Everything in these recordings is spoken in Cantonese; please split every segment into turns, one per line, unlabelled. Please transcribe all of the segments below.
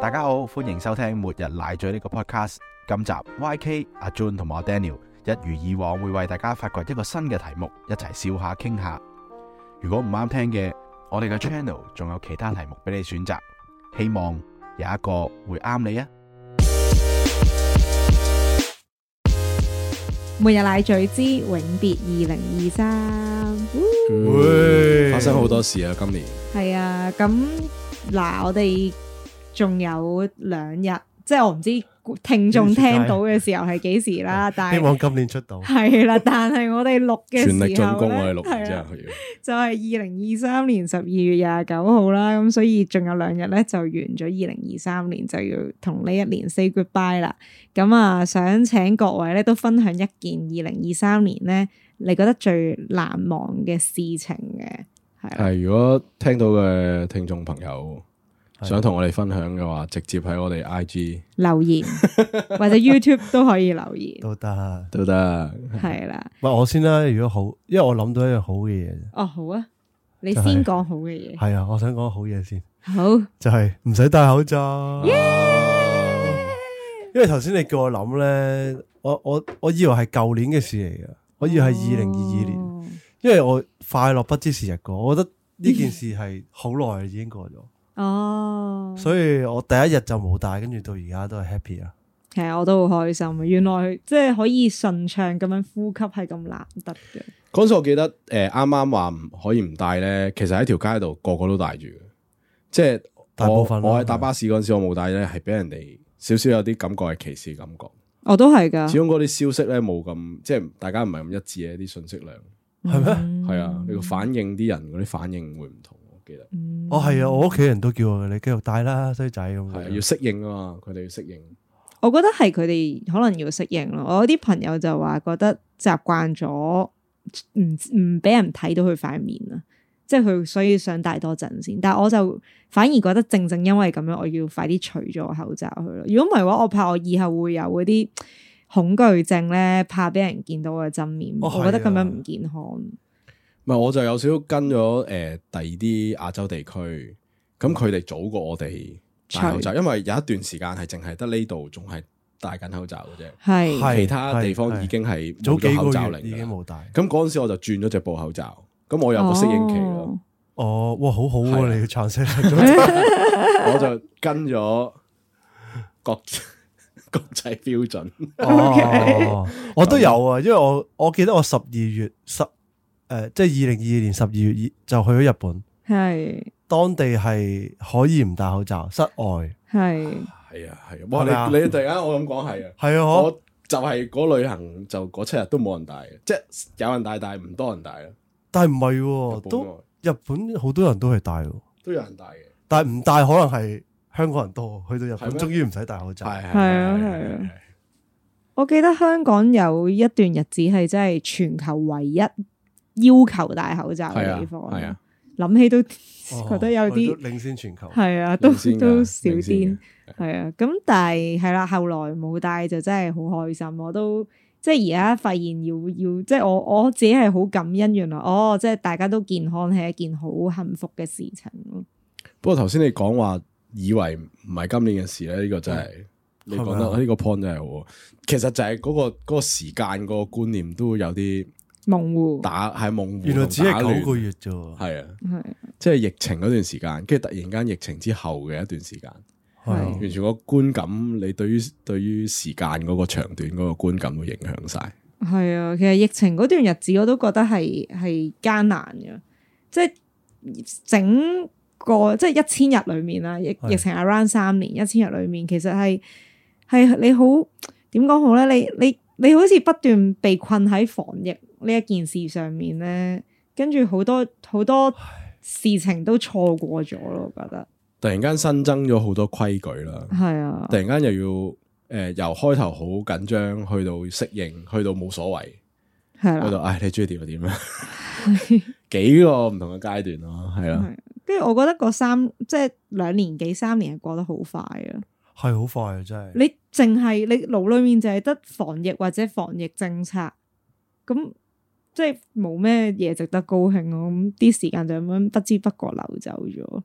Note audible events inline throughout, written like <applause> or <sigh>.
大家好，歡迎收聽《末日奶嘴》呢個 podcast。今集 YK 阿 Jun 同埋我 Daniel 一如以往會為大家發掘一個新嘅題目，一齊笑下傾下。如果唔啱聽嘅，我哋嘅 channel 仲有其他題目俾你選擇，希望有一個會啱你啊！
每日奶嘴之永別二零二三，
嗯發生好多事啊！今年
係啊，咁嗱，我哋仲有兩日，即係我唔知聽眾聽到嘅時候係幾時啦，但
希
係
望今年出到，
係啦，但係我哋錄嘅時
全
候啊
力進攻我哋
咧
錄完之後佢要
就係二零二三年十二月廿九號啦，咁所以仲有兩日咧就完咗二零二三年，就要同呢一年 say goodbye 啦。咁啊，想請各位咧都分享一件二零二三年咧，你覺得最難忘嘅事情嘅，係啦，
係如果聽到嘅聽眾朋友想同我哋分享嘅話，直接喺我哋 I G
留言或者 YouTube 都可以留言，
都得。
都得。
係啦。
喂，我先啦。如果好，因為我諗到一樣好嘅嘢，
哦，好啊，你
就
先
係
講好嘅嘢，
係啊，我想講好嘢先，
好
就係唔使戴口罩。因為頭先你叫我諗咧，我我我以為係舊年嘅事嚟嘅，我以為係二零二二年，
哦
因為我快樂不知時日過，我覺得呢件事
嗯
係好耐已經過咗，
哦，
所以我第一日就冇戴，跟住到而家都係 happy 啊。
其實我都好開心啊！原來即係可以順暢咁樣呼吸係咁難得嘅。
嗰陣時我記得誒啱啱話唔可以唔戴咧，其實喺條街度個個都戴住嘅，即係
大
我
部分啦
我喺搭巴士嗰陣時我冇戴咧，係俾人哋少少有啲感覺係歧視感覺。
我都係
啊
噶，
始終嗰啲消息咧冇咁，即係大家唔係咁一致嘅啲信息量，
嗯
係咩
係
嗯
啊，你個反應啲人嗰啲反應會唔同，我記得
嗯
哦，係啊，我屋企人都叫我你繼續戴啦，衰仔咁
係啊
樣。
要適應啊嘛，佢哋要適應。
我覺得係佢哋可能要適應咯。我有啲朋友就話覺得習慣咗，唔唔俾人睇到佢塊面啊，即係佢所以想戴多陣先。但係我就反而覺得正正因為咁樣，我要快啲除咗個口罩佢咯。如果唔係嘅話，我怕我以後會有嗰啲恐懼症咧，怕俾人見到我嘅真面目。
哦係啊
我覺得咁樣唔健康。
唔係，我就有少少跟咗誒、呃第二啲亞洲地區，咁
嗯
佢哋早過我哋戴口罩，因為有一段時間係淨係得呢度仲係戴緊口罩嘅啫，
係
係
其他地方已經係
早
冇
幾
咗口罩
個
令
月已經
㗎啦。
冇戴。
咁嗰陣時我就轉咗隻布口罩，咁我有個適應期咯，
哦
哦，哇，好好
係
喎！
啊
你嘅橙色係
我就跟咗國 <laughs> 國際標準，
哦，我都有啊，因為我我記得我十二月十誒，即係二零二二年十二月二就去咗日本，
係
當地係可以唔戴口罩，室外
係
係啊係啊，
係咪
哇！
啊
你你突然間我咁講係啊，
係啊，我
我就係嗰旅行就嗰七日都冇人戴嘅，即係有人戴但係唔多人戴啦，
但係唔係
日
喎，
本
哦都
外
日本好多人都係戴喎，
都有人戴嘅。
但係唔戴可能係香港人多，去到日
係
本
咩
終於唔使戴口罩，
係
係啊係啊，我記得香港有一段日子係真係全球唯一要求戴口罩
係
嘅
啊
地方。
係啊，
諗起都
哦
<laughs> 覺得有
我
啲
哋都領先全球，
<laughs> 係啊，都
領先㗎
都少
領先
啲
嘅。
係啊，咁但係係啦，後來冇戴就真係好開心，我都。即係而家發現要要，即係我我自己係好感恩，原來哦，即係大家都健康係一件好幸福嘅事情咯。
不過頭先你講話以為唔係今年嘅事咧，呢、個真係你講
係咪啊
得呢個 point 真係好喎。其實就係嗰、個嗰、個時間嗰個觀念都會有啲
模糊
打係模糊
嗯原來只
同打亂
係九個月啫喎，
係啊，
係
即係疫情嗰段時間，跟住突然間疫情之後嘅一段時間，
係
完全個觀感，你對於對於時間嗰個長短嗰個觀感會影響晒。
係啊，其實疫情嗰段日子我都覺得係係艱難嘅，即係整個即係一千日裏面啊啦，疫
係
疫情 around 三年一千日裏面，其實係係你好點講好咧？你你你好似不斷被困喺防疫呢一件事上面咧，跟住好多好多事情都錯過咗咯，我覺得
突然間新增咗好多規矩啦，
係啊
突，然間又要誒、呃由開頭好緊張，去到適應，去到冇所謂。
係啦
嗰。度，唉，你中意點就
<laughs>
點啦，幾個唔同嘅階段咯，係啊啦，
跟住我覺得嗰三即係兩年幾三年係過得好快啊！
係好快啊，真係。
你淨係你腦裏面就係得防疫或者防疫政策，咁即係冇咩嘢值得高興咯。咁啲時間就咁樣不知不覺流走咗。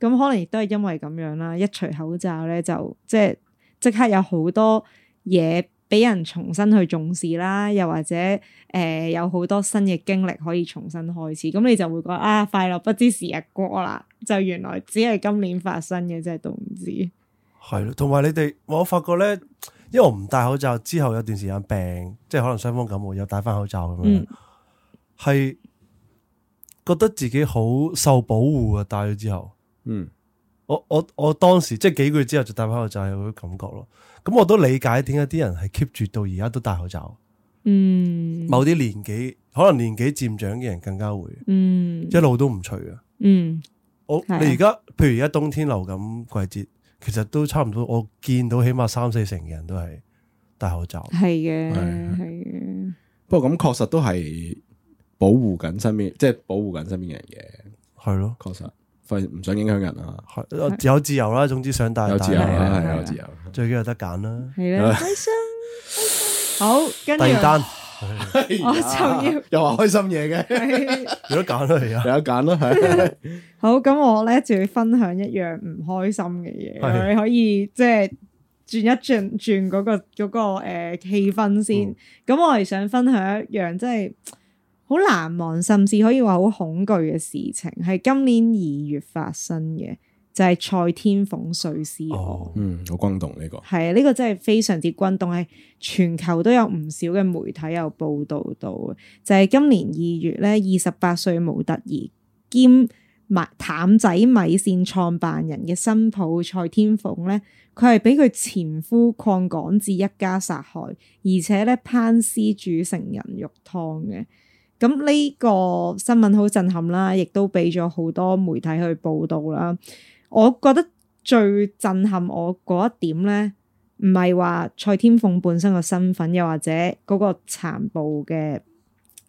咁可能亦都係因為咁樣啦，一除口罩咧就即係即刻有好多嘢俾人重新去重視啦，又或者誒、呃有好多新嘅經歷可以重新開始，咁你就會覺得啊快樂不知時日過啦，就原來只係今年發生嘅，真係都唔知。
系咯，同埋你哋，我發覺咧，因為我唔戴口罩之後有段時間病，即係可能傷風感冒，又戴翻口罩咁樣
嗯，
係覺得自己好受保護啊！戴咗之後，
嗯，
我我我当时即係幾個月之後就戴翻口罩有嗰種感覺咯。咁我都理解點解啲人係 keep 住到而家都戴口罩。
嗯，
某啲年紀，可能年紀漸長嘅人更加會
嗯
一路都唔除嘅。
嗯
我
係啊
你而家，譬如而家冬天流感季節，其實都差唔多，我見到起碼三四成嘅人都係戴口罩。
係嘅
啊
係
係嘅，
不過咁確實都係保護緊身邊，即係保護緊身邊嘅人
係咯，
嘅，確實，費唔想影響人啊，
係有自由啦，總之想戴
有
就
自由
戴啦
啊，
係啊
係有自由。
最緊要有得揀啦。
係啦，開心開心好，跟
啊第
住
二單
我就要
哎 <laughs> 又話開心
<laughs>
嘢嘅，
係
有得揀啦，而家
<laughs>
有得揀啦，係
好，咁我咧就要分享一樣唔開心嘅嘢，
係
你可以即係轉一轉轉嗰、個嗰、個誒、呃、氣氛先。
嗯
咁、我係想分享一樣即係好難忘，甚至可以話好恐懼嘅事情，係今年二月發生嘅，就係、蔡天鳳碎屍案。
哦，
嗯，好轟動呢個，
係啊，呢、個真係非常之轟動，係全球都有唔少嘅媒體有報導到嘅，就係、今年二月咧，二十八歲模特兒兼米淡仔米線創辦人嘅新抱蔡天鳳咧，佢係俾佢前夫鄺港智一家殺害，而且咧烹屍煮成人肉湯嘅。咁呢個新聞好震撼啦，亦都俾咗好多媒體去報導啦。我覺得最震撼我嗰一點咧，唔係話蔡天鳳本身個身份，又或者嗰個殘暴嘅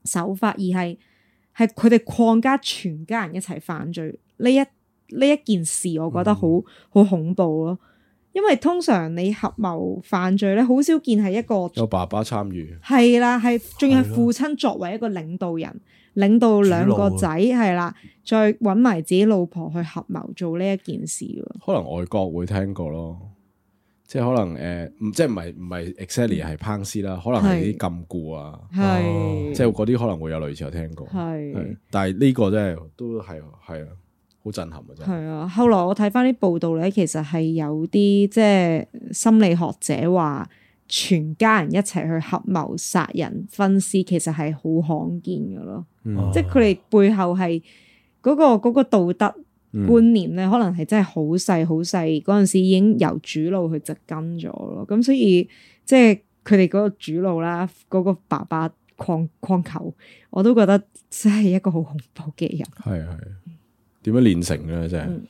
手法，而係係佢哋邝家全家人一齊犯罪呢一呢一件事，我覺得好好、恐怖咯。因為通常你合謀犯罪咧，好少見係一個
有爸爸參與，
係啦，係仲要係
係咯
父親作為一個領導人，領導兩個
主腦啊
仔係啦，再揾埋自己老婆去合謀做呢一件事喎。
可能外國會聽過咯。即係可能誒，唔即係唔係唔係 exactly 係烹屍啦，可能係啲禁錮啊，
係
即係嗰啲可能會有類似我聽過。
係
係但係呢個真係都係係啊，好震撼啊！真係
係啊！後來我睇翻啲報道咧，其實係有啲即係心理學者話，全家人一齊去合謀殺人分屍，其實係好罕見嘅咯。
嗯
即係佢哋背後係嗰、個嗰、個道德
嗯
觀念咧，可能係真係好細好細嗰陣時已經由主腦去直跟咗咯。咁所以即係佢哋嗰個主腦啦，嗰、個爸爸礦礦球，我都覺得真係一個好恐怖嘅人。
係係點樣練成嘅真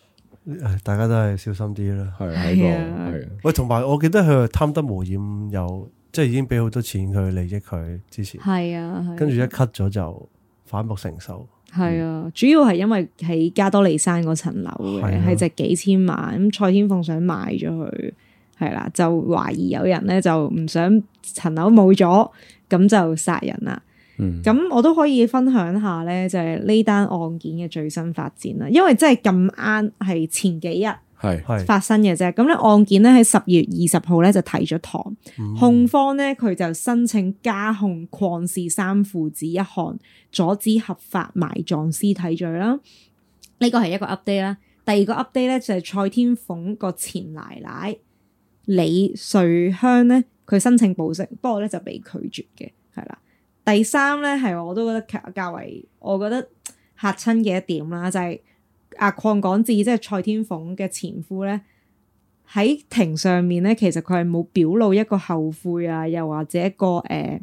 嗯
唉大家都係小心啲啦。
係係喺個
係啊
係啊
喂，同埋我記得佢係貪得無厭，又即係已經俾好多錢佢利益佢之前，
係啊，
跟住一嗯 cut 咗就反目成仇。
係啊，主要係因為喺加多利山嗰層樓
係啊
嘅，係值幾千萬，咁蔡天鳳想賣咗佢，係啦，就懷疑有人咧就唔想層樓冇咗，咁就殺人啦。
嗯
咁我都可以分享下咧，就係呢單案件嘅最新發展啦，因為真係咁啱係前幾日
係
係
發生嘅啫。咁咧案件咧喺十月二十號咧就提咗堂。
嗯
控方咧佢就申請加控鄺氏三父子一項阻止合法埋葬屍體罪啦。呢個係一個 update 啦。第二個 update 咧就係、蔡天鳳個前奶奶李瑞香咧，佢申請保釋，不過咧就被拒絕嘅，係啦。第三咧係我都覺得較較為，我覺得嚇親嘅一點啦，就係、阿邝港智即係蔡天鳳嘅前夫咧。喺庭上面咧，其實佢係冇表露一個後悔啊，又或者一個誒、呃、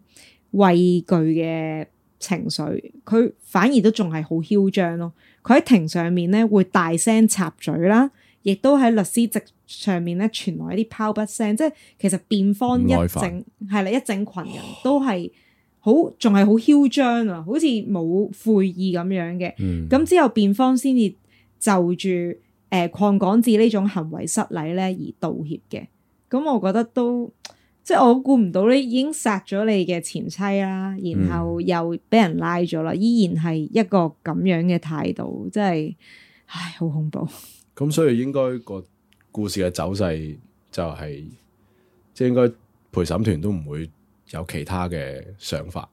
畏懼嘅情緒，佢反而都仲係好囂張咯。佢喺庭上面咧會大聲插嘴啦，亦都喺律師席上面咧傳來一啲拋筆聲，即係其實辯方一
唔耐
整
煩
係啦，一整群人都係好仲係好囂張啊，好似冇悔意咁樣嘅。
嗯
咁之後辯方先至就住誒邝港智呢種行為失禮咧而道歉嘅。咁我覺得都即係我估唔到你已經殺咗你嘅前妻啦，然
嗯
後又俾人拉咗啦，依然係一個咁樣嘅態度，真係唉好恐怖。 <laughs>
咁所以應該個故事嘅走勢就係、即係應該陪審團都唔會有其他嘅想法，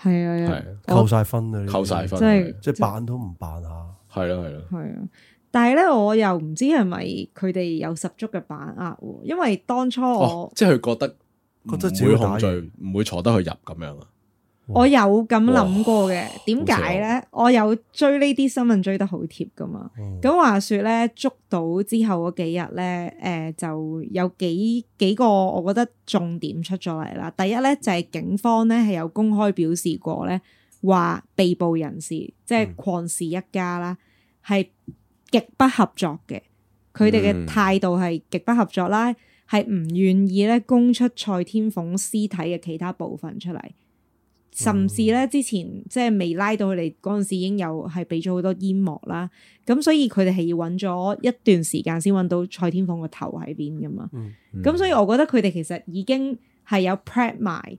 係啊，
係
扣
我
晒分啊，
扣晒分，
真係
即系扮都唔扮下，
係咯係咯，
係啊，但係咧，我又唔知係咪佢哋有十足嘅把握喎，因為當初我、
哦，即係佢覺得
覺得自己
唔會
打
控
贏
罪，唔會坐得去入咁樣啊，
我有咁諗過嘅，點
好
解
正
咧？我有追呢啲新聞追得好貼噶嘛。
嗯
咁、話說咧，捉到之後嗰幾日咧，誒、就有幾幾個我覺得重點出咗嚟啦。第一咧就係、警方咧係有公開表示過咧，話被捕人士即係邝氏一家啦，係極不合作嘅。佢哋嘅
嗯
態度係極不合作啦，係唔願意咧供出蔡天鳳屍體嘅其他部分出嚟，甚至咧之前即係未拉到佢哋嗰陣時已經有係俾咗好多煙幕啦，咁所以佢哋係要揾咗一段時間先揾到蔡天鳳個頭喺邊噶嘛，
嗯
咁、所以我覺得佢哋其實已經係有 prep 埋，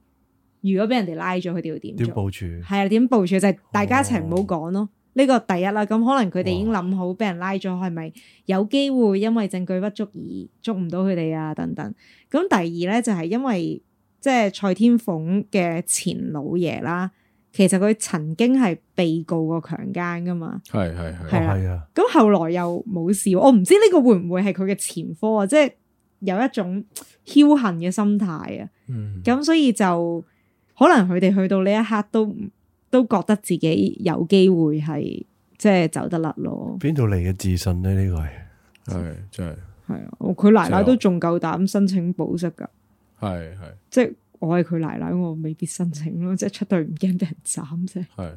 如果俾人哋拉咗，佢哋要點
点
做？
部署？嗯
係啊，點部署就係大家一齊唔好講咯。呢個第一啦，咁可能佢哋已經諗好，俾人拉咗係咪有機會因為證據不足而捉唔到佢哋啊等等。咁第二咧就係、因為即係蔡天鳳嘅前老爺啦，其實佢曾經係被告過強姦噶嘛。
係係係
係啦
系啊，
咁後來又冇事喎，我唔知呢個會唔會係佢嘅前科啊，即係有一種僥倖嘅心態啊。
嗯
咁所以就可能佢哋去到呢一刻都唔都覺得自己有機會係即係走得甩咯，
边度嚟嘅自信呢？呢個係
係真係
係啊，我佢奶奶
即係
都
我
仲夠膽申請保釋㗎，
係係
即係我係佢奶奶，我未必申請咯，即係出到去唔驚俾人斬啫，
係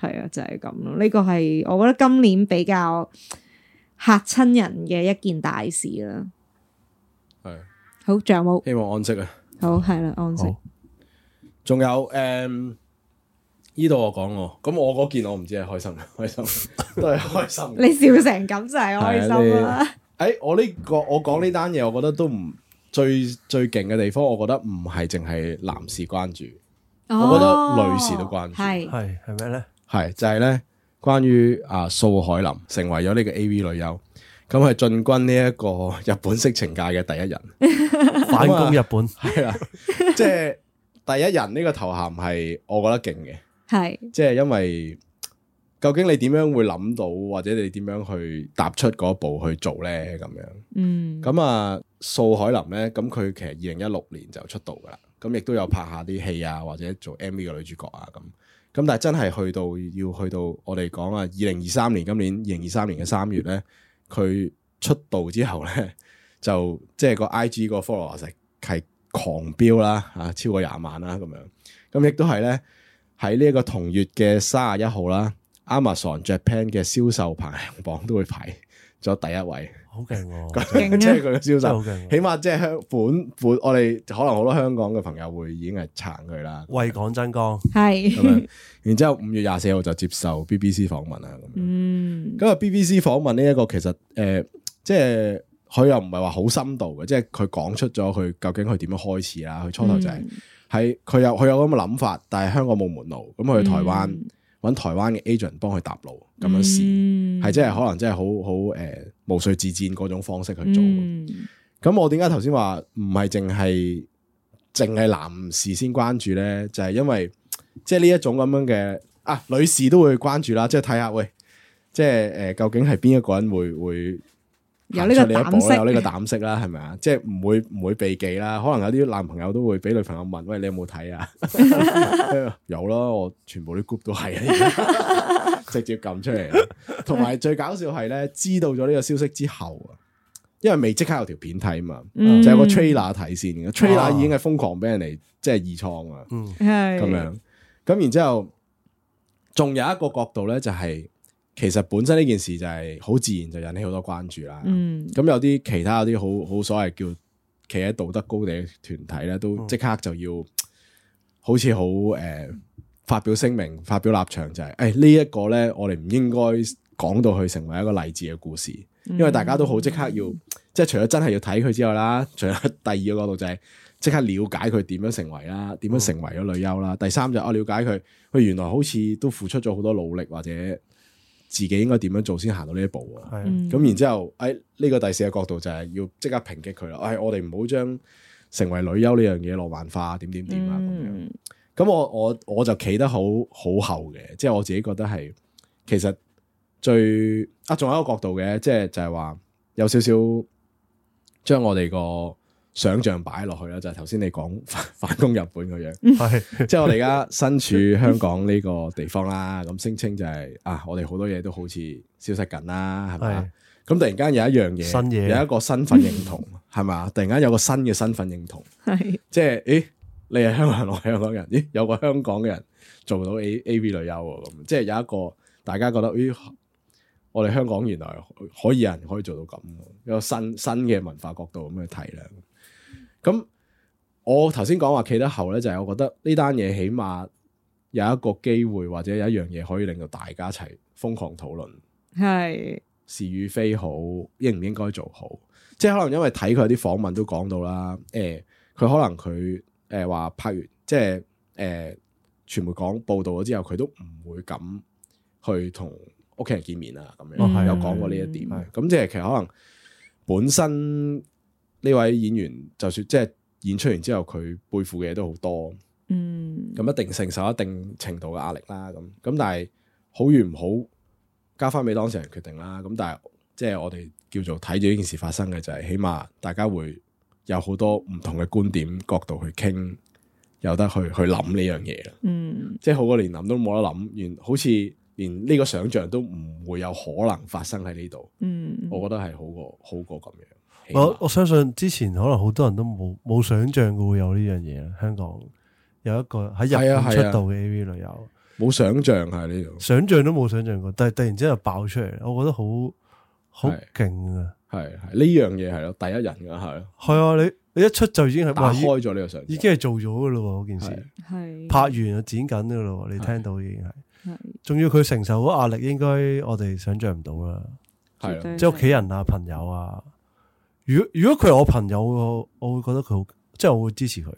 係啊，就係咁咯。呢個係我覺得今年比較嚇親人嘅一件大事啦。
係，
好，仲有冇？
希望安息啊！
好係啦，安息
好
仲有誒呢度我講喎，咁我嗰件我唔知係開心定開心，都係開心嘅。
你笑成咁就係開心
係
啦，
诶、哎我呢、個我講呢單嘢，我覺得都唔最最勁嘅地方，我覺得唔係淨係男士關注，我覺得女士都關注
係
係
<laughs>
係咩咧？
係就係呢關於啊素海林成為咗呢個 A V 女優，咁係進軍呢一個日 <laughs> 本色情界嘅第一人，
反攻日本，
係啦，即係第一人呢個頭銜係我覺得勁嘅，
係。
即係因為究竟你點樣會諗到，或者你點樣去踏出嗰一步去做呢？咁樣。
嗯，
咁啊，素海林咧，咁佢其實二零一六年就出道噶啦，咁亦都有拍下啲戲啊，或者做 M.V. 嘅女主角啊，咁咁但係真係去到要去到我哋講啊，二零二三年今年二零二三年嘅三月咧，佢出道之後咧， <laughs> 就即係個 I.G. 個 follower 係係狂飆啦，啊超過廿萬啦咁樣，咁亦都係咧喺呢一個同月嘅三十一號啦，Amazon Japan 嘅銷售排行榜都會排咗第一位。
好勁喎，
勁啊
咁 <laughs> 即係佢嘅銷
真係
嗯
售，
好勁
起
喎。
碼即係香本本，我哋可能好多香港嘅朋友會已經係撐佢啦。
為港爭光，
咁
係。
樣，
<laughs>
然之後五月廿四號就接受 BBC 訪問啦。咁樣
嗯，
咁啊，BBC 訪問呢一個其實誒，即係佢又唔係話好深度嘅，即係佢講出咗佢究竟佢點樣開始啦。佢初頭就係
嗯
喺佢有佢有咁嘅諗法，但係香港冇門路，咁
嗯
佢去台灣揾台灣嘅 agent 幫佢搭路咁樣試，
試
係即係可能真係好好誒無需自薦嗰種方式去做。
嗯
咁我點解頭先話唔係淨係淨係男士先關注咧？就係、因為即係呢一種咁樣嘅啊，女士都會關注啦，即係睇下喂，即係誒、呃究竟係邊一個人會會
有呢個
行出一
膽
步
識
啦有呢個膽識啦，係咪啊？即係唔會唔會避忌啦，可能有啲男朋友都會俾女朋友問：喂，你有冇睇啊？
<laughs>
<laughs> 有啦，我全部啲 group 都係啊，直接撳
<laughs>
出嚟啦。同埋最搞笑係咧，知道咗呢個消息之後啊，因為未即刻有條片睇嘛，
嗯哦
就有個 trailer 睇先嘅，trailer 已經係瘋狂俾人哋即係二創啊，
嗯，
係
咁樣。咁然之後，仲有一個角度咧，就係、其實本身呢件事就係好自然就引起好多關注啦。
嗯
咁有啲其他有啲好好所謂叫企喺道德高地嘅團體咧，都即刻就要好似好誒發表聲明、發表立場、就係誒呢一個咧，我哋唔應該講到佢成為一個勵志嘅故事，因為大家都好即刻要，即係除咗真係要睇佢之外啦，仲有第二個角度就係、即刻了解佢點樣成為啦，點樣成為啊咗女優啦。第三就係我了解佢，佢原來好似都付出咗好多努力，或者自己應該點樣做先行到呢一步喎。
系
嗯
咁然之後，誒、呢、個第四個角度就係要即刻抨擊佢啦。誒、哎我哋唔好將成為女優呢樣嘢浪漫化，點點點啊咁樣。
嗯
咁我我我就企得好好後嘅，即係我自己覺得係其實最啊，仲有一個角度嘅，即係就係話有少少將我哋個想像擺落去啦，就係頭先你講 <laughs> 反反攻日本嗰樣。
嗯
系
即係我哋而家身處香港呢個地方啦，咁聲稱就係、啊，我哋好多嘢都好似消失緊啦，係咪？咁突然間有一樣嘢，
新嘢
有一個身份認同， <laughs> 係嘛？突然間有個新嘅身份認同，
係
即係咦，你係香港人，我係香港人， <laughs> 咦，有個香港嘅人做到 A A V 女優喎，咁即係有一個大家覺得咦，我哋香港原來可以有人可以做到咁，一個新新嘅文化角度咁去睇啦。咁我頭先講話企得後咧，就係、我覺得呢單嘢起碼有一個機會或者有一樣嘢可以令到大家一齊瘋狂討論。
係
是與非好，應唔應該做好？即係可能因為睇佢啲訪問都講到啦，誒、佢可能佢誒話拍完，即係誒、呃、傳媒講報導咗之後，佢都唔會咁去同屋企人見面啊，咁樣、
哦係
有講過呢一點
係。
咁即係其實可能本身呢位演員，就算即係演出完之後，佢背負嘅嘢都好多。
嗯
咁一定承受一定程度嘅壓力啦。咁咁但係好與唔好，交翻俾當事人決定啦。咁但係即係我哋叫做睇住呢件事發生嘅就係、起碼大家會有好多唔同嘅觀點角度去傾，有得去去諗呢樣嘢啦。
嗯
即係好過連諗都冇得諗，連好似連呢個想像都唔會有可能發生喺呢度。
嗯，
我覺得係好過好過咁樣。
我
起碼
我相信之前可能好多人都冇冇想象過會有呢樣嘢啦。香港有一個喺
係
日
啊
本
係啊
出道嘅 A V 女友。
冇想像喺呢度，
想象都冇想象過，但係突然之間就爆出嚟，我覺得好好
係
勁啊！
係係呢樣嘢係咯，第一人㗎係咯，
係啊，你你一出就已經係
打
哇，已
開咗呢個想像。
啊已經係做咗噶咯喎，嗰件事
係
拍完就剪緊噶咯喎，你聽到已經係，
係
仲要佢承受嗰壓力，應該我哋想象唔到啦，
係
絕
咯
對
即係屋企人啊、朋友啊。如果如果佢係我朋友，我我會覺得佢好，即係我會支持佢。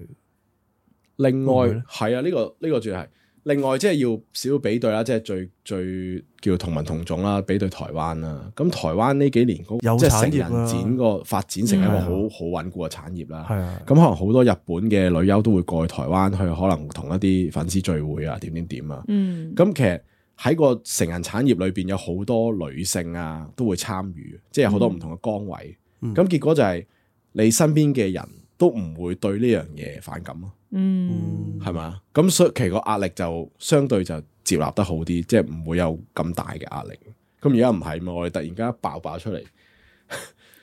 另
會唔
外
會咧
係啊，呢、個呢、個絕係另外即係要少少比對啦，即係最最叫同文同種啦，比對台灣啦。咁台灣呢幾年嗰
有
即係
產
成
業啦
人展個發展成一個
嗯
好好穩固嘅產業啦。
係啊，
咁可能好多日本嘅女優都會過去台灣去，可能同一啲粉絲聚會啊，點點點啊。
嗯
咁其實喺個成人產業裏邊有好多女性啊，都會參與，即係好多唔同嘅崗位。
嗯
咁、結果就係你身邊嘅人都唔會對呢樣嘢反感咯。
嗯
係嘛？咁所以其實個壓力就相對就接納得好啲，即係唔會有咁大嘅壓力。咁而家唔係嘛，我哋突然間爆爆出嚟，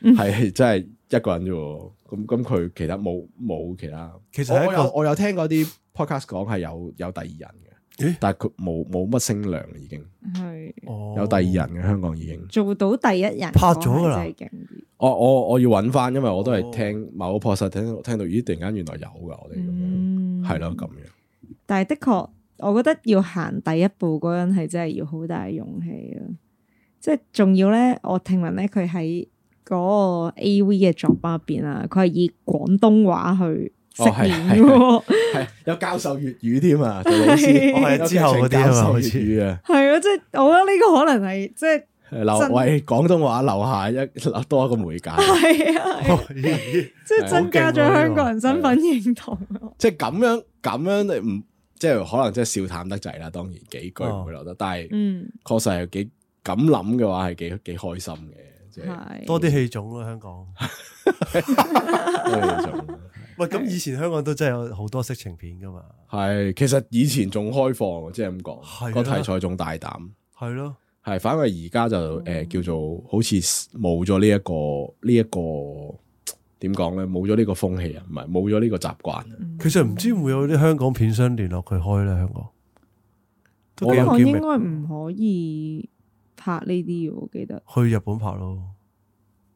係真係一個人啫喎。咁咁佢其他冇冇其他。
其實
我
係
我
一
有
個
我有聽過啲 podcast 講係有有第二人
咦哦
嘅，但係佢冇冇乜聲量已經
係
有
有
第二人嘅香港已經。
做到第一人
拍咗㗎
嗰
啦
下真係勁啲
我我我要揾翻，因為我都
哦
係聽某個 podcast 聽到聽到，咦突然間原來有㗎，我哋咁樣
嗯
係咯咁樣。
但係的確，我覺得要行第一步嗰陣係真係要好大勇氣咯。即係仲要咧，我聽聞咧佢喺嗰個 A.V. 嘅作品入邊啊，佢係以廣東話去
哦
飾演嘅喎，
系 <laughs> 有教授粵語添啊，做老師，
我係之後嗰啲啊嘛
有教授
好
粵
似
語啊，
係啊！即係我覺得呢個可能係即係真
留喂廣東話留下一 <laughs> 留多一個
<laughs>
媒介，
係啊，
<laughs>
係啊
哦
即係增加咗香港人身份認同啊咯。
即係咁樣咁樣你唔即係可能即係笑淡得滯啦，當然幾句
哦
唔會留得，但係
嗯，
確實係幾咁諗嘅話係幾幾開心嘅，
<laughs>
即係
係
多啲戲種咯，啊香
<laughs>
港。
多呢種
喂，咁以前香港都真係有好多色情片噶嘛，
係其實以前仲開放，即係咁
係啊
講個題材仲大膽。
係咯。
係，反為而家就
嗯
誒、呃叫做好似冇咗呢一個呢一、個點講咧，冇咗呢個風氣啊，唔係冇咗呢個習慣。
嗯
其實唔知會唔會有啲香港片商聯絡佢開咧？香港都
我
幾
香
有
港
機
應
會
該唔可以拍呢啲嘅，我記得。
去日本拍咯。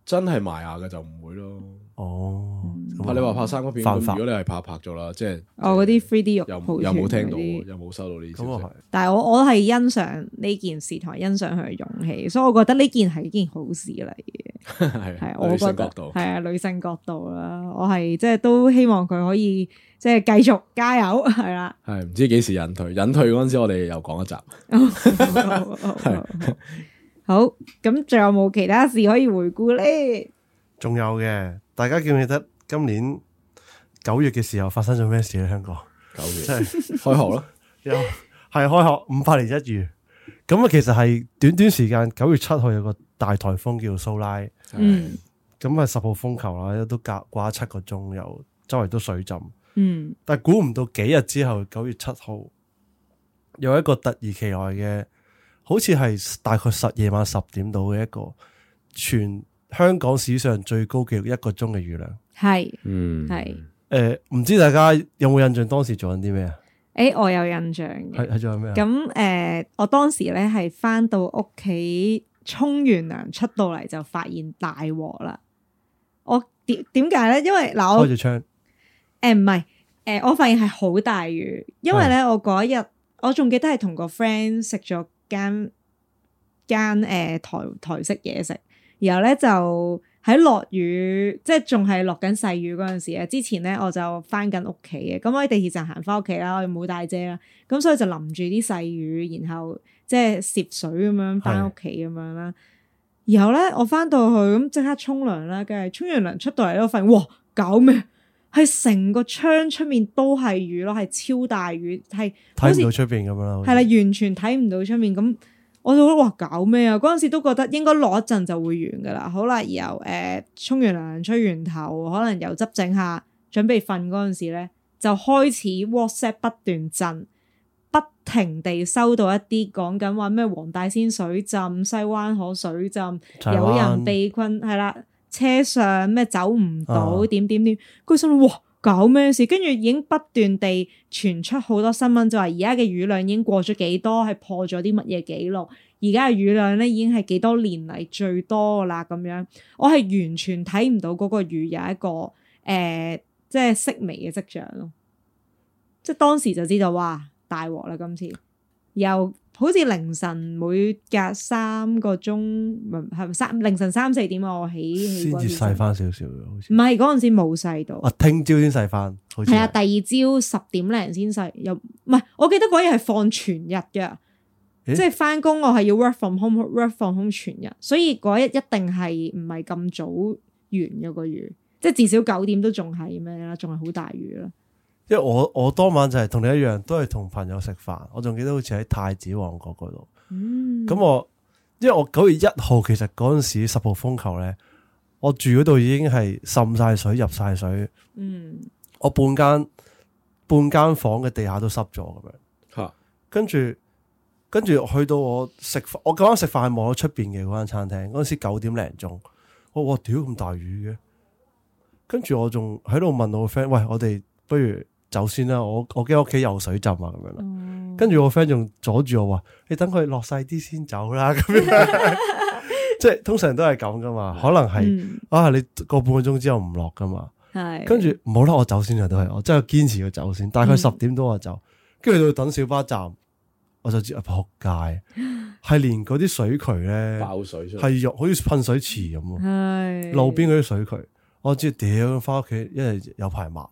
真係埋牙嘅就唔會咯。啊
哦，咁
嗯拍你話拍三級片，
犯
咁
法
如果你係拍拍咗啦，即係
哦，嗰啲 3D 肉
又
蒲
又冇
團
聽到，
嗰啲
又冇收到呢啲
咁
消
啊
息
係。，
但係我我係欣賞呢件事同埋欣賞佢嘅勇氣，所以我覺得呢件係一件好事嚟嘅。
<laughs> 係
係
啊女
我覺
性
得
角度
係啊，女性角度啦，我係即係都希望佢可以即係繼續加油， <laughs> 係啦。
係唔知幾時引退，引退嗰陣時我哋又講一集，
好好好好好好，咁仲有冇其他事可以回顧咧？
仲有嘅，大家記唔記得今年九月嘅時候發生咗咩事咧？香港
九月
真
<laughs>
係
開學
<laughs>
啦，
又係開學五百年一遇，咁啊其實係短短時間，九月七號有個大颱風叫蘇拉，
嗯
咁啊十號風球啦，都隔掛七個鐘，又周圍都水浸。
嗯
但估唔到幾日之後，九月七號有一個突如其來嘅，好似係大概十夜晚十點到嘅一個全香港史上最高紀錄一個鐘嘅雨量。
係
嗯
係
誒、唔知大家有冇印象當時做緊啲咩啊？
诶，我有印象
係
嘅。
係做緊咩啊？
咁诶、呃我當時咧係翻到屋企沖完涼出到嚟就發現大禍啦。我點點解咧？因為嗱，我
開住窗，
誒唔係誒，我發現係好大雨，因為咧我嗰一日我仲記得係同個 friend 食咗間間誒呃台台式嘢食，然後咧就喺落雨，即係仲係落緊細雨嗰陣時咧，之前咧我就翻緊屋企嘅，咁我喺地鐵站行翻屋企啦，我又冇帶遮啦，咁所以就淋住啲細雨，然後即係涉水咁樣翻屋企咁樣啦。然後咧，我翻到去咁即刻沖涼啦，跟住沖完涼出到嚟咧，我發現哇搞咩？係成個窗出面都係雨咯，係超大雨，係好
睇
似
唔到出邊咁樣啦。好似
係啦，，完全睇唔到出面咁。我就覺得哇搞咩啊！嗰陣時都覺得應該落一陣就會完噶啦。好啦，然後誒沖完涼、吹完頭，可能又執整下，準備瞓嗰陣時咧，就開始 WhatsApp 不斷震，不停地收到一啲講緊話咩黃大仙水浸、西灣河水浸。
柴
有人
灣
被困係啦，車上咩走唔到
啊
點點點，佢心諗哇搞咩事？跟住已經不斷地傳出好多新聞，就話而家嘅雨量已經過咗幾多，係破咗啲乜嘢記錄。而家嘅雨量咧已經係幾多年嚟最多噶啦咁樣，我係完全睇唔到嗰個雨有一個誒、呃即係息微嘅跡象咯。即係當時就知道哇大鑊啦！今次又好似凌晨每隔三個鐘，唔係咪三凌晨三四點啊我起起
先
嗰
至
陣時
細翻少少嘅，好
唔
似。
係嗰陣時冇細到，
啊，聽朝先細翻，好似
係啊，第二朝十點零先細，又唔係我記得嗰日係放全日嘅，
咦
即係翻工我係要 work from home，work from home 全日，所以嗰日一定係唔係咁早完嘅個雨，即係至少九點都仲係咩啦，仲係好大雨啦。
因為我我當晚就係同你一樣，都係同朋友食飯。我仲記得好似喺太子旺角嗰度。
嗯，
咁我因為我九月一號其實嗰陣時十號風球咧，我住嗰度已經係滲晒水入晒水，
嗯
我半間半間房嘅地下都濕咗咁樣。
吓
跟住跟住去到我食飯，我咁啱食飯係望到出邊嘅嗰間餐廳，嗰陣時九點零鐘，我哇屌咁大雨嘅，跟住我仲喺度問我 friend，喂，我哋不如走先啦，我我驚屋企有水浸啊咁樣啦。
哦
跟住我 friend 仲阻住我話：你等佢落晒啲先走啦，咁樣，即係通常都係咁噶嘛，可能係、
嗯
啊你個半個鐘之後唔落噶嘛，
係
跟住唔好啦，我走先啊，都係我真係堅持要走先，大概
嗯
十點多我走，跟住到等小巴站，我就知啊仆
<laughs>
街，係連嗰啲水渠咧
爆水出嚟，
係用好似噴水池咁喎，
係
路邊嗰啲水渠，我知屌翻屋企一係有排抹，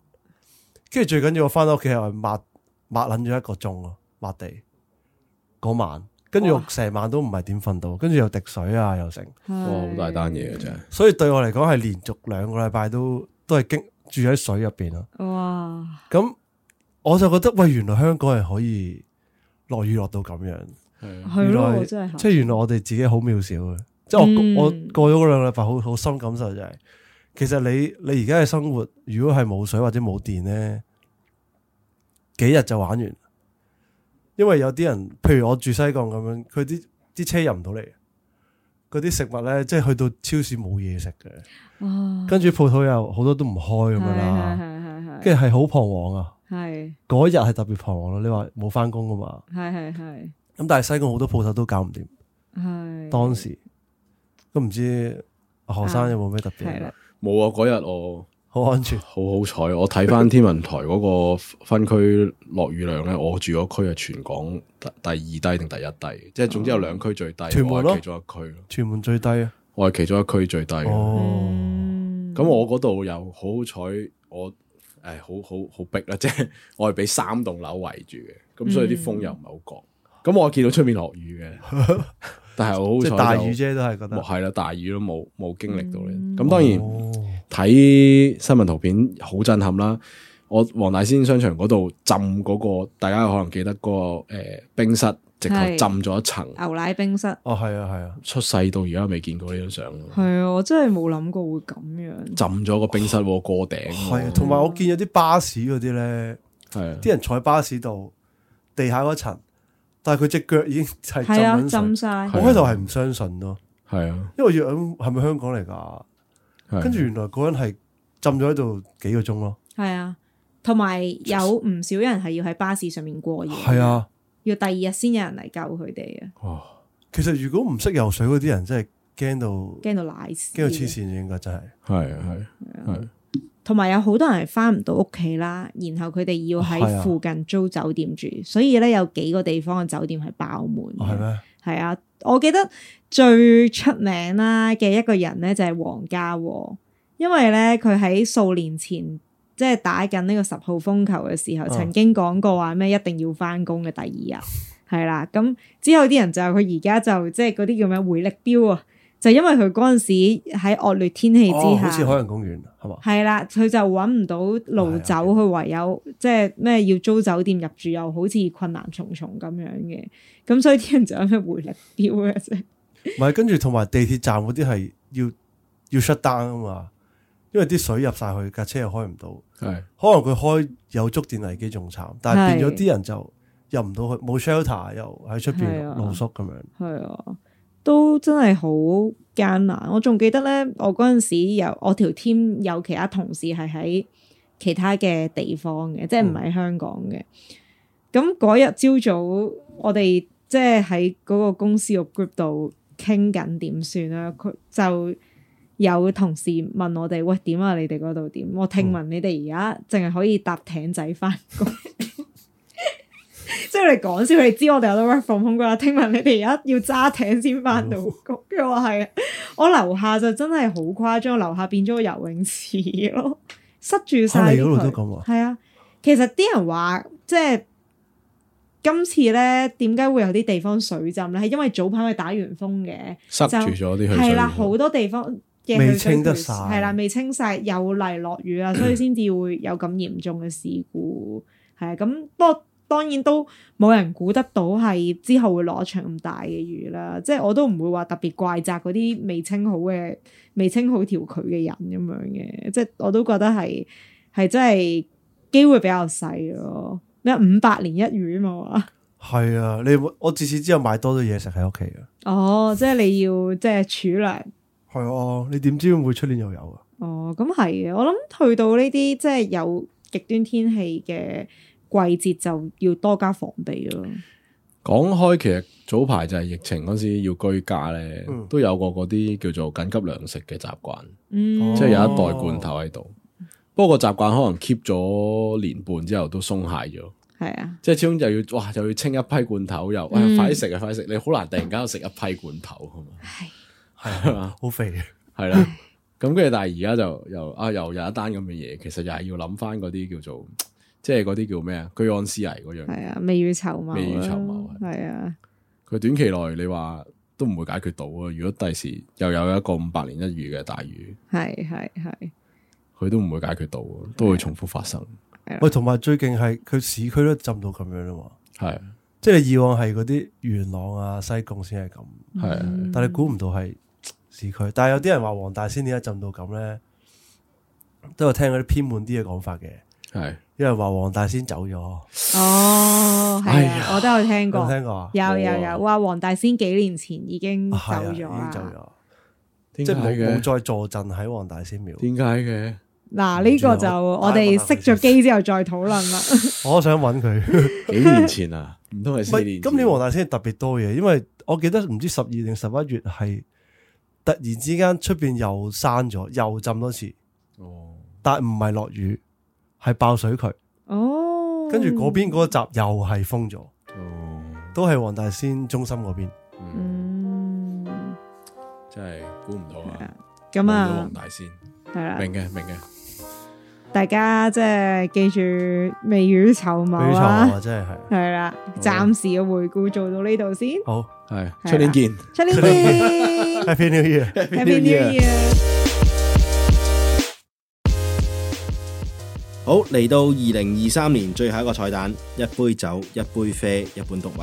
跟住最緊要我翻到屋企係抹抹撚咗一個鐘咯，抹地嗰晚，跟住我
哇
成晚都唔係點瞓到，跟住又滴水啊又成。
哇好大單嘢啊真係，
所以對我嚟講係連續兩個禮拜都都係經住喺水入邊咯。
係哇！
咁我就覺得喂，原來香港係可以落雨落到咁樣，
嗯
係
係
原
咯，
來
我真係
即係原來我哋自己好渺小嘅。即係我、
嗯
我過咗嗰兩個禮拜，好好深感受就係、其實你你而家嘅生活，如果係冇水或者冇電咧，幾日就玩完。因為有啲人，譬如我住西貢咁樣，佢啲啲車入唔到嚟，嗰啲食物咧，即係去到超市冇嘢食嘅。
哇
跟住鋪頭又好多都唔開咁樣
哦係
啦，
係係係
跟住係好彷徨啊！
係
嗰日係特別彷徨咯，你話冇翻工噶嘛？
係係係
咁但係西貢好多鋪頭都搞唔掂，
係
當時都唔知何生有冇咩特
嗯係
別
啦
啊，
冇啊！嗰日我
好安全。
好好彩，我睇翻天文台嗰個分區落雨量咧，我住嗰區係全港第第二低定第一低，即係總之有兩區最低，
屯門
我係其
嗯咯
中一區咯，
屯門最低啊！
我係其中一區最低嘅。
哦，
嗯
咁我嗰度又好好彩，我誒好好好逼啦，即 <laughs> 係我係俾三
<laughs>
棟樓圍住嘅，咁所以啲風又唔係好降。咁我見到出面落雨嘅，但係我
即
好
係
彩
大
就
雨啫，都係覺得。
係啦，大雨都冇冇經歷到咧。
嗯
咁當然
哦
睇新聞圖片好震撼啦。我黃大仙商場嗰度浸嗰、個，大家可能記得嗰、個、呃、冰室，直頭
係
浸咗一層，
牛奶冰室，
哦，係啊，係啊，
出世到而家未見過呢張相。
係啊，我真係冇諗過會咁樣。
浸咗個冰室喎，過頂
係啊
喎，
同埋我見有啲巴士嗰啲咧，
係啊
啲人坐喺巴士度，地下嗰層，但係佢隻腳已經係浸
係啊，
緊
浸
水。
晒。
我喺度係唔相信咯，
係啊，
因為要諗係咪香港嚟
係
㗎？
啊
跟住原來嗰個人係浸咗喺度幾個鐘咯。
係啊，同埋有唔少人係要喺巴士上面過夜。
係，啊，
要第二日先有人嚟救佢哋啊，
哇
其實如果唔識游水嗰啲人真係驚到
驚嗯到奶屎。啊
驚到黐線，應該真係。
係啊係啊係啊
同埋有好多人係翻唔到屋企啦，然後佢哋要
係
喺
啊
附近租酒店住，所以咧有幾個地方嘅酒店係爆滿
哦，係
嘅。
咩？
係啊，我記得最出名啦嘅一個人咧就係黃家和，因為咧佢喺數年前即係打緊呢個十號風球嘅時候，
嗯
曾經講過話咩一定要翻工嘅第二日係啦，咁之後啲人就佢而家就即係嗰啲叫咩回力鏢啊，就因為佢嗰陣時喺惡劣天氣
哦，好
之
似
下。
海洋公園係嘛？
係啦，佢就揾唔到路走，
係
佢唯有即係咩要租酒店入住，又好似困難重重咁樣嘅。咁所以啲人就有咩回力鏢咧，即係
唔係，跟住同埋地鐵站嗰啲係要要 shut down 啊嘛，因為啲水入晒去，架車又開唔到。
係啊
可能佢開有觸電危機仲慘，但係變咗
係
啲人就入唔到去，冇 shelter 又喺出
係啊
邊露宿咁樣。
係啊，都真係好艱難。我仲記得咧，我嗰陣時有我條 team 有其他同事係喺其他嘅地方嘅，即係唔喺香港嘅。咁嗰日朝早，我哋即係喺嗰個公司個 group 度傾緊點算啦。佢就有同事問我哋：喂，點啊？你哋嗰度點？我聽聞你哋而家淨係可以搭艇仔翻工。即係我哋講笑，你知我哋有得 work from home 噶啦。聽聞你哋而家要揸艇先翻到工，跟住我話係啊，我樓下就真係好誇張，樓下變咗個游泳池咯， <laughs> 塞住
啊
晒
你
啲
嗰度都
佢。
咁啊？
係啊，其實啲人話即係今次咧，點解會有啲地方水浸咧？係因為早排佢打完風嘅，
塞住咗啲去水，
係啦，好多地方嘅
未
去水
清得
渠
晒
係啦，未清晒，又嚟落雨啊
<clears throat>
啦，所以先至會有咁嚴重嘅事故。係啊，咁不過當然都冇人估得到係之後會落一場咁大嘅雨啦。即係我都唔會話特別怪責嗰啲未清好嘅、未清好條渠嘅人咁樣嘅。即係我都覺得係係真係機會比較細咯。咩五百年一遇啊嘛
<laughs>
話？
係啊，你有冇我自此之後買多咗嘢食喺屋企啊。
哦，即係你要即係儲糧。
係啊，你點知會唔會出年又有啊？
哦，咁係嘅。我諗去到呢啲即係有極端天氣嘅季節，就要多加防備咯。
講開，其實早排就係疫情嗰時要居家咧，
嗯
都有個嗰啲叫做緊急糧食嘅習慣，
嗯，
即係有
人
一袋罐頭喺度。不過個習慣可能 keep 咗年半之後都鬆懈咗，
係啊，
即係始終又要哇又要清一批罐頭，又哇
嗯
快啲食啊快啲食，你好難突然間食一批罐頭係嘛
唉，
係啊，
<laughs>
好肥啊。
係啦。咁跟住但係而家就又啊又有一單咁嘅嘢，其實又係要諗翻嗰啲叫做即係嗰啲叫咩啊居安思危嗰樣嘢。
係啊，未雨綢繆啦，
未雨綢繆係
係啊，
佢短期內你話都唔會解決到啊！如果第時又有一個五百年一遇嘅大雨，
係係係，
佢都唔會解決到啊，都會重複發生。
喂，同埋最勁係佢市區都浸到咁樣啦嘛，
係
即係以往係嗰啲元朗啊、西貢先係咁，
係係
嗯
但係你估唔到係市區。但係有啲人話黃大仙點解浸到咁咧，都有聽嗰啲偏門啲嘅講法嘅，
係
有人話黃大仙走咗，有
哦，係
哎呀
啊，我都有聽過
冇，聽過啊？
有
冇啊
有有，哇！黃大仙幾年前已經走
啊係啊
咗
已經走
啦。
咗，
點
即
解
係冇冇
嘅？
再坐鎮喺黃大仙廟。
點解嘅？
嗱，呢
啊
個就我哋熄咗機之後再討論啦。
我想揾佢，
幾年前啊， <laughs> 唔通係
唔
四年前？
係今年黃大仙特別多嘢，因為我記得唔知十二定十一月係突然之間出邊又閂咗，又浸多次，
哦，
但唔係落雨，係爆水渠，
哦，
跟住嗰邊嗰集又係封咗，
哦，
都係黃大仙中心嗰邊。
嗯，
嗯，
真係估唔到
係
啊！
啊咁
估唔到
啊
黃，大仙，
係啦。
明嘅明嘅，
大家即係記住未雨綢繆
俾啲
啊！嗯
啊，真係係
係啦，暫時嘅回顧做到呢度先，
好
啊
系出年見。
出 <laughs> 年見
Happy New Year。
，Happy New Year！
好，嚟到二零二三年最後一個彩蛋，一杯酒、一杯啡、一本讀物。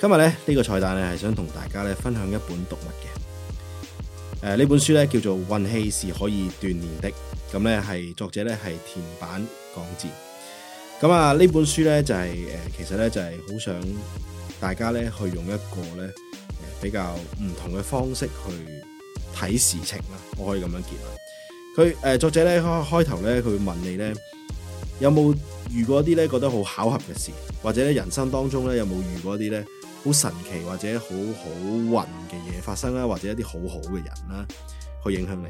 今日咧呢、呢個彩蛋咧係想同大家咧分享一本讀物嘅。誒、呢本書咧叫做《運氣是可以鍛鍊的》，咁咧係作者咧係田坂廣志。咁啊呢本書咧就係、誒、其實咧就係、好想大家咧去用一個咧誒比較唔同嘅方式去睇事情啦，我可以咁樣結論。佢誒、呃作者咧開開頭咧，佢會問你咧有冇遇過一啲咧覺得好巧合嘅事，或者咧人生當中咧有冇遇過一啲咧好神奇或者好好運嘅嘢發生啊啦，或者一啲好好嘅人啦，去影響你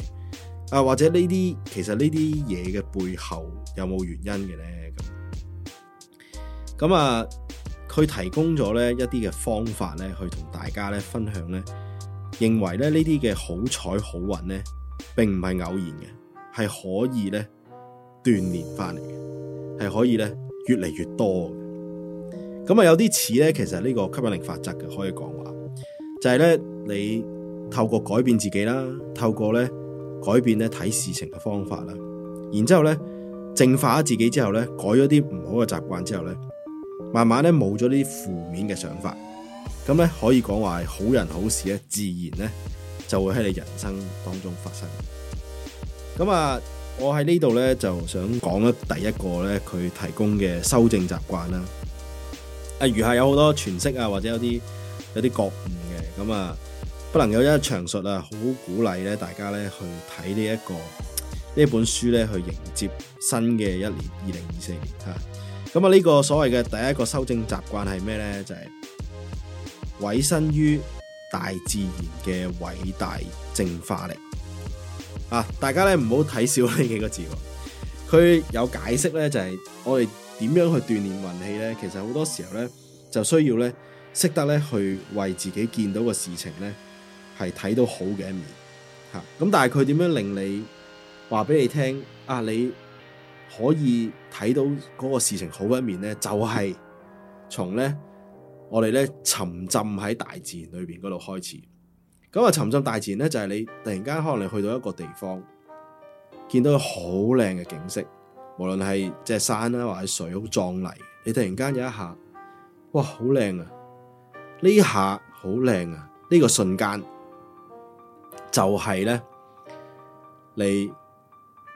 啊，或者呢啲其實呢啲嘢嘅背後有冇原因嘅咧？咁咁啊，佢提供咗咧一啲嘅方法咧，去同大家咧分享咧，認為咧呢啲嘅好彩好運咧。並唔係偶然嘅，係可以咧鍛鍊翻嚟嘅，係可以咧越嚟越多嘅。咁啊，有啲似咧，其實呢個吸引力法則嘅，可以講話就係咧，你透過改變自己啦，透過咧改變咧睇事情嘅方法啦，然之後咧淨化咗自己之後咧，改咗啲唔好嘅習慣之後咧，慢慢咧冇咗呢啲負面嘅想法，咁咧可以講話係好人好事咧，自然咧。就會喺你人生當中發生。咁啊，我喺呢度呢，就想講咧第一個呢，佢提供嘅修正習慣啦。啊，餘下有好多詮釋啊，或者有啲有啲覺悟嘅，咁啊，不能有一長述啊，好鼓勵咧大家呢去睇呢一個呢本書呢，去迎接新嘅一年二零二四年嚇。咁啊，呢個所謂嘅第一個修正習慣係咩呢？就係、委身於大自然嘅偉大淨化力啊！大家咧唔好睇小呢幾個字喎，佢有解釋咧，就係、我哋點樣去鍛鍊運氣咧。其實好多時候咧，就需要咧識得咧去為自己見到嘅事情咧係睇到好嘅一面嚇。咁、但係佢點樣令你話俾你聽啊？你可以睇到嗰個事情好嘅一面咧，就係、從咧。我哋咧沉浸喺大自然裏邊嗰度開始。咁啊，沉浸大自然咧就係、你突然間可能你去到一個地方，見到好靚嘅景色，無論係即係山啦或者水好壯麗，你突然間有一下，哇，好靚啊！呢下好靚啊！呢、個瞬間就係咧你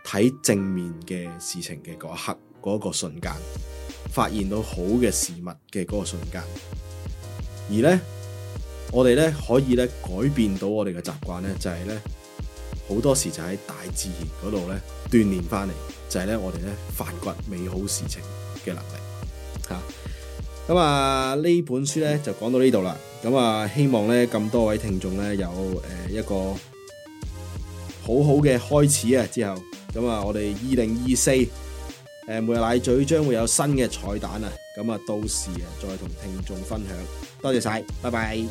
睇正面嘅事情嘅嗰一刻，嗰、個瞬間，發現到好嘅事物嘅嗰個瞬間。而咧，我哋咧可以咧改變到我哋嘅習慣咧，就係咧好多時就喺大自然嗰度咧鍛鍊翻嚟，就係咧我哋咧發掘美好事情嘅能力嚇。咁啊，呢本書咧就講到呢度啦。咁啊，希望咧咁多位聽眾咧有誒、呃一個好好嘅開始啊！之後咁啊，我哋二零二四誒每日奶嘴將會有新嘅彩蛋啊！咁啊，到時啊再同聽眾分享。多謝晒，拜拜。